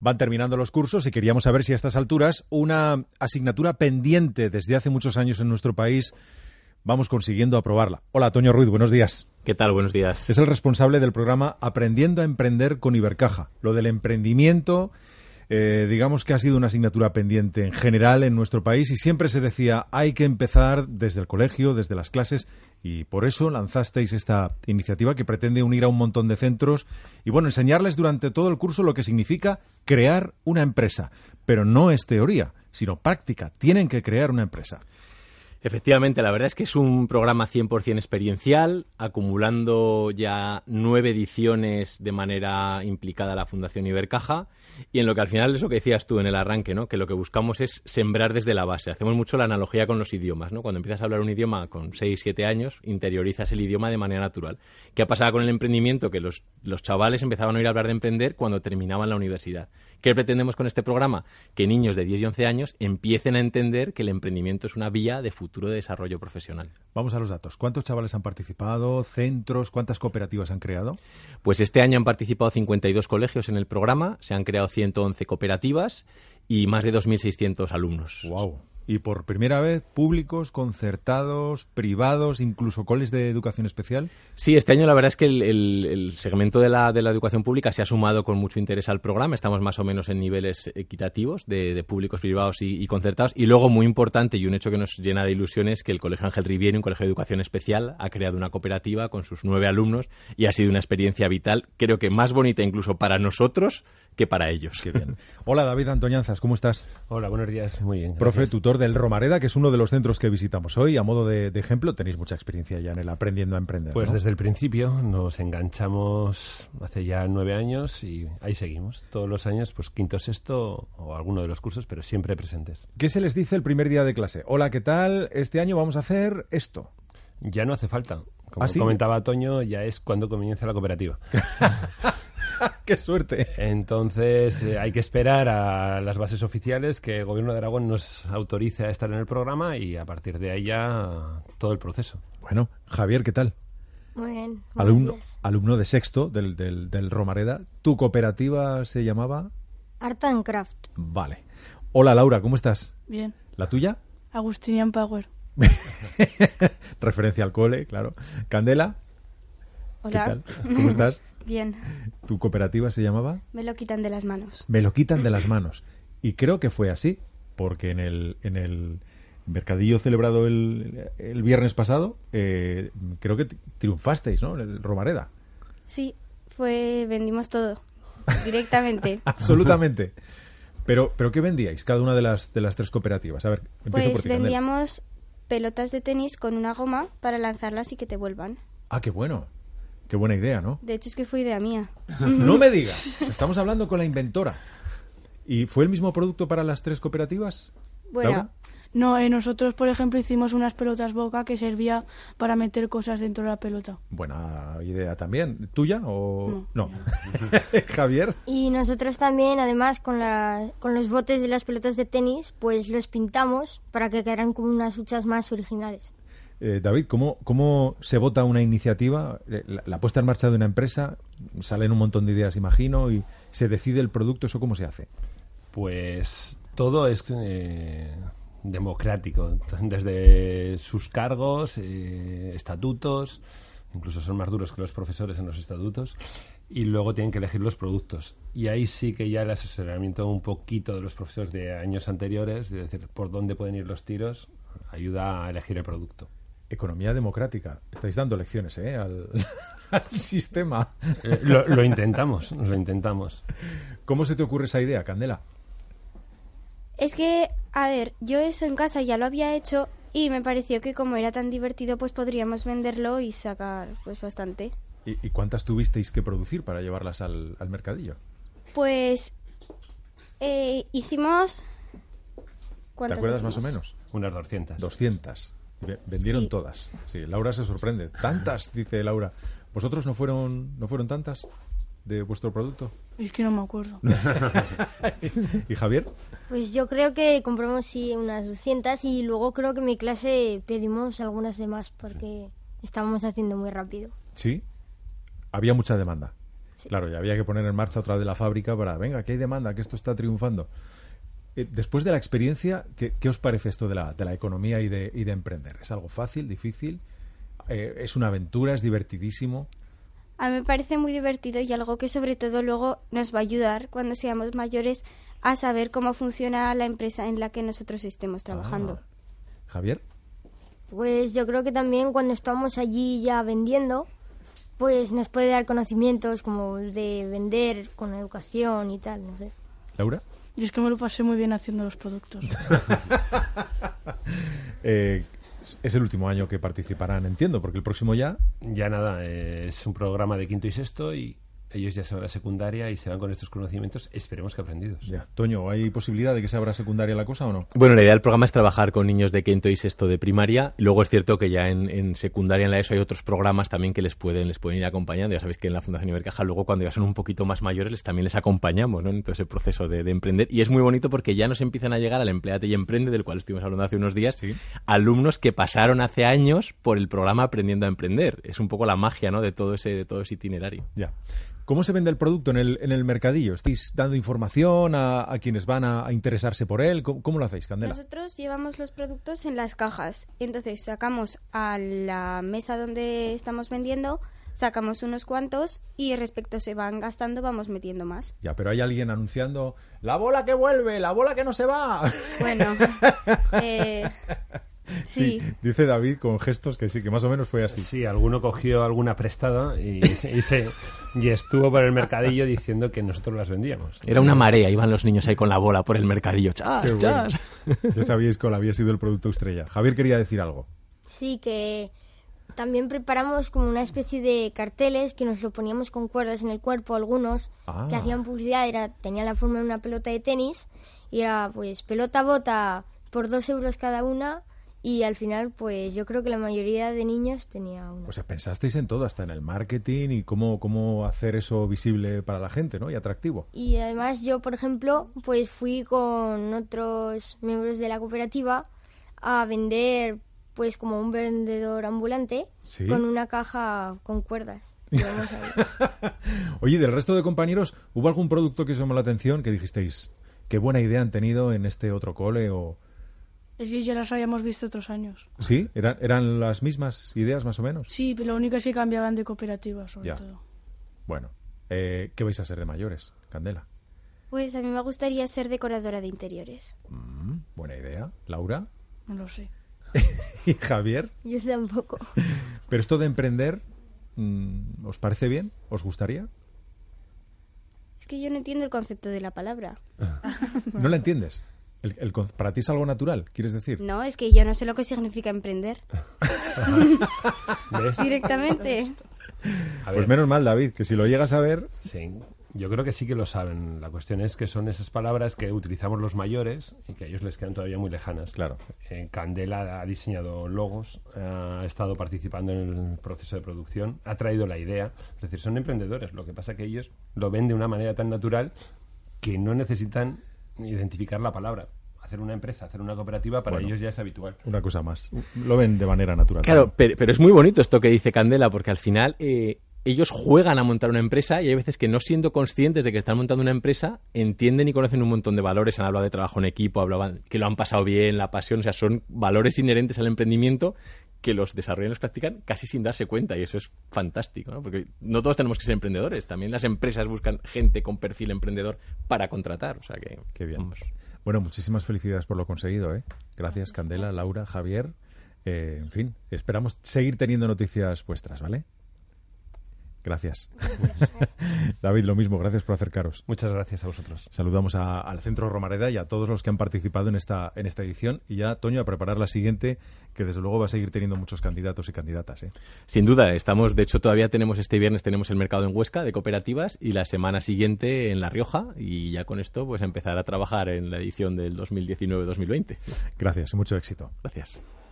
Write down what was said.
van terminando los cursos y queríamos saber si a estas alturas una asignatura pendiente desde hace muchos años en nuestro país vamos consiguiendo aprobarla. Hola, Toño Ruiz, buenos días. ¿Qué tal? Buenos días. Es el responsable del programa Aprendiendo a Emprender con Ibercaja. Lo del emprendimiento, eh, digamos que ha sido una asignatura pendiente en general en nuestro país y siempre se decía hay que empezar desde el colegio, desde las clases y por eso lanzasteis esta iniciativa que pretende unir a un montón de centros y bueno, enseñarles durante todo el curso lo que significa crear una empresa. Pero no es teoría, sino práctica. Tienen que crear una empresa. Efectivamente, la verdad es que es un programa 100% experiencial, acumulando ya nueve ediciones de manera implicada la Fundación Ibercaja. Y en lo que al final es lo que decías tú en el arranque, ¿no? que lo que buscamos es sembrar desde la base. Hacemos mucho la analogía con los idiomas. ¿no? Cuando empiezas a hablar un idioma con 6, 7 años, interiorizas el idioma de manera natural. ¿Qué ha pasado con el emprendimiento? Que los, los chavales empezaban a oír hablar de emprender cuando terminaban la universidad. ¿Qué pretendemos con este programa? Que niños de 10 y 11 años empiecen a entender que el emprendimiento es una vía de futuro futuro de desarrollo profesional. Vamos a los datos. ¿Cuántos chavales han participado? ¿Centros? ¿Cuántas cooperativas han creado? Pues este año han participado 52 colegios en el programa, se han creado 111 cooperativas y más de 2.600 alumnos. ¡Wow! Y por primera vez, públicos, concertados, privados, incluso coles de educación especial. Sí, este año la verdad es que el, el, el segmento de la, de la, educación pública se ha sumado con mucho interés al programa. Estamos más o menos en niveles equitativos de, de públicos, privados y, y, concertados. Y luego, muy importante y un hecho que nos llena de ilusión es que el Colegio Ángel Riviere, un colegio de educación especial, ha creado una cooperativa con sus nueve alumnos y ha sido una experiencia vital, creo que más bonita incluso para nosotros que para ellos. Qué bien. Hola, David Antoñanzas, ¿cómo estás? Hola, buenos días. Muy bien. Profe, gracias. tutor del Romareda, que es uno de los centros que visitamos hoy. A modo de, de ejemplo, tenéis mucha experiencia ya en el aprendiendo a emprender. Pues ¿no? desde el principio nos enganchamos hace ya nueve años y ahí seguimos. Todos los años, pues quinto, sexto o alguno de los cursos, pero siempre presentes. ¿Qué se les dice el primer día de clase? Hola, ¿qué tal? Este año vamos a hacer esto. Ya no hace falta. Como ¿Ah, sí? comentaba Toño, ya es cuando comienza la cooperativa. ¡Qué suerte! Entonces eh, hay que esperar a las bases oficiales que el Gobierno de Aragón nos autorice a estar en el programa y a partir de ahí ya todo el proceso. Bueno, Javier, ¿qué tal? Muy bien. Alumno, días. alumno de sexto del, del, del, Romareda. ¿Tu cooperativa se llamaba? Art and Craft. Vale. Hola Laura, ¿cómo estás? Bien. ¿La tuya? Agustinian Power. Referencia al cole, claro. Candela. Hola. ¿Qué tal? ¿Cómo estás? Bien. ¿Tu cooperativa se llamaba? Me lo quitan de las manos. Me lo quitan de las manos. Y creo que fue así, porque en el, en el mercadillo celebrado el, el viernes pasado, eh, creo que triunfasteis, ¿no? El Romareda. Sí, fue vendimos todo, directamente. Absolutamente. Pero, pero ¿qué vendíais cada una de las, de las tres cooperativas? A ver, empiezo pues por ti, vendíamos pelotas de tenis con una goma para lanzarlas y que te vuelvan. Ah, qué bueno. Qué buena idea, ¿no? De hecho, es que fue idea mía. no me digas. Estamos hablando con la inventora. ¿Y fue el mismo producto para las tres cooperativas? Bueno. ¿Laura? No, eh, nosotros, por ejemplo, hicimos unas pelotas boca que servía para meter cosas dentro de la pelota. Buena idea también. ¿Tuya o no? no. Javier. Y nosotros también, además, con, la, con los botes de las pelotas de tenis, pues los pintamos para que quedaran como unas huchas más originales. Eh, David, ¿cómo, ¿cómo, se vota una iniciativa? Eh, La, la, puesta en marcha de una empresa, salen un montón de ideas, imagino, y se decide el producto, ¿eso cómo se hace? Pues todo es eh, democrático, desde sus cargos, eh, estatutos, incluso son más duros que los profesores en los estatutos, y luego tienen que elegir los productos. Y ahí sí que ya el asesoramiento un poquito de los profesores de años anteriores, de decir por dónde pueden ir los tiros, ayuda a elegir el producto. Economía democrática. Estáis dando lecciones ¿eh? al, al sistema. Eh, lo, lo, intentamos, lo intentamos. ¿Cómo se te ocurre esa idea, Candela? Es que, a ver, yo eso en casa ya lo había hecho y me pareció que como era tan divertido, pues podríamos venderlo y sacar pues bastante. ¿Y, y cuántas tuvisteis que producir para llevarlas al, al mercadillo? Pues eh, hicimos... ¿Te acuerdas más o menos? Unas 200. 200. Vendieron sí. todas. Sí, Laura se sorprende. Tantas, dice Laura. ¿Vosotros no fueron, no fueron tantas de vuestro producto? Es que no me acuerdo. ¿Y Javier? Pues yo creo que compramos sí, unas 200 y luego creo que en mi clase pedimos algunas de más porque estábamos haciendo muy rápido. Sí. Había mucha demanda. Claro, ya había que poner en marcha otra de la fábrica para, venga, que hay demanda, que esto está triunfando. Eh, después de la experiencia, ¿qué, qué os parece esto de la, de la economía y de, y de emprender? ¿Es algo fácil, difícil? Eh, ¿Es una aventura? ¿Es divertidísimo? A mí me parece muy divertido y algo que sobre todo luego nos va a ayudar cuando seamos mayores a saber cómo funciona la empresa en la que nosotros estemos trabajando. Ah, Javier, Pues yo creo que también cuando estamos allí ya vendiendo, pues nos puede dar conocimientos como de vender con educación y tal, no sé. Laura, Yo es que me lo pasé muy bien haciendo los productos. eh, es- es el último año que participarán, entiendo, porque el próximo ya Ya nada, eh, es un programa de quinto y sexto y ellos ya se van a secundaria y se van con estos conocimientos, esperemos que aprendidos. pues Ya. Toño, ¿hay posibilidad de que se abra secundaria la cosa o no? Bueno, la idea del programa es trabajar con niños de quinto y sexto de primaria. Luego es cierto que ya en, en secundaria, en la ESO, hay otros programas también que les pueden, les pueden ir acompañando. Ya sabéis que en la Fundación Ibercaja, luego cuando ya son un poquito más mayores, les, también les acompañamos ¿no? en todo ese proceso de, de emprender. Y es muy bonito porque ya nos empiezan a llegar al Empleate y Emprende, del cual estuvimos hablando hace unos días, alumnos que pasaron hace años por el programa Aprendiendo a Emprender. Es un poco la magia ¿no? de, todo ese, de todo ese itinerario. Ya. ¿Cómo se vende el producto en el, en el mercadillo? ¿Estáis dando información a, a quienes van a, a interesarse por él? ¿Cómo, cómo lo hacéis, Candela? Nosotros llevamos los productos en las cajas. Entonces sacamos a la mesa donde estamos vendiendo, sacamos unos cuantos y respecto se van gastando vamos metiendo más. Ya, pero hay alguien anunciando la bola que vuelve, la bola que no se va. Bueno, eh, sí. dice David con gestos que sí, que más o menos fue así. Sí, alguno cogió alguna prestada y, y se, y estuvo por el mercadillo diciendo que nosotros las vendíamos. Era una marea, iban los niños ahí con la bola por el mercadillo. ¡Chas, Qué bueno. chas! Ya sabíais cuál había sido el producto estrella. Javier quería decir algo. Sí, que también preparamos como una especie de carteles que nos lo poníamos con cuerdas en el cuerpo algunos Ah. que hacían publicidad, era tenía la forma de una pelota de tenis y era pues pelota bota por dos euros cada una y al final pues yo creo que la mayoría de niños tenía una. O sea, pensasteis en todo, hasta en el marketing y cómo, cómo hacer eso visible para la gente, ¿no? Y atractivo. Y además yo, por ejemplo, pues fui con otros miembros de la cooperativa a vender pues como un vendedor ambulante Sí. con una caja con cuerdas. Íbamos ahí. Oye, ¿y del resto de compañeros, ¿hubo algún producto que os llamó la atención que dijisteis qué buena idea han tenido en este otro cole o Es que ya las habíamos visto otros años. sí? ¿Eran, eran las mismas ideas más o menos? Sí, pero lo único es que cambiaban de cooperativa, sobre Ya. todo. Bueno, eh, ¿qué vais a ser de mayores, Candela? Pues a mí me gustaría ser decoradora de interiores. Mm, buena idea, Laura No lo sé. y Javier. Yo tampoco. Pero esto de emprender, mm, ¿os parece bien? ¿Os gustaría? Es que yo no entiendo el concepto de la palabra. No la entiendes. El- el con- para ti es algo natural, quieres decir. No, es que yo no sé lo que significa emprender ¿Ves? directamente. A Pues ver, menos mal, David, que si lo llegas a ver, sí, yo creo que sí que lo saben. La cuestión es que son esas palabras que utilizamos los mayores y que a ellos les quedan todavía muy lejanas. Claro. Eh, Candela ha diseñado logos, eh, ha estado participando en el proceso de producción, ha traído la idea. Es decir, son emprendedores. Lo que pasa que ellos lo ven de una manera tan natural que no necesitan identificar la palabra. Hacer una empresa, hacer una cooperativa, para ellos ya es habitual. una cosa más. Lo ven de manera natural. Claro, pero, pero es muy bonito esto que dice Candela, porque al final eh, ellos juegan a montar una empresa y hay veces que no siendo conscientes de que están montando una empresa, entienden y conocen un montón de valores. Han hablado de trabajo en equipo, hablaban que lo han pasado bien, la pasión, o sea, son valores inherentes al emprendimiento que los desarrollan y los practican casi sin darse cuenta y eso es fantástico, ¿no? porque no todos tenemos que ser emprendedores, también las empresas buscan gente con perfil emprendedor para contratar, o sea que... Qué bien. vamos. Bueno, muchísimas felicidades por lo conseguido, ¿eh? Gracias, Candela, Laura, Javier. Eh, en fin, esperamos seguir teniendo noticias vuestras, ¿vale? Gracias. David, lo mismo, gracias por acercaros. Muchas gracias a vosotros. Saludamos a- al Centro Romareda y a todos los que han participado en esta, en esta edición. Y ya, Toño, a preparar la siguiente, que desde luego va a seguir teniendo muchos candidatos y candidatas. ¿eh? Sin duda, estamos, de hecho todavía tenemos este viernes tenemos el mercado en Huesca de cooperativas y la semana siguiente en La Rioja y ya con esto pues empezar a trabajar en la edición del 2019-2020. Gracias, mucho éxito. Gracias.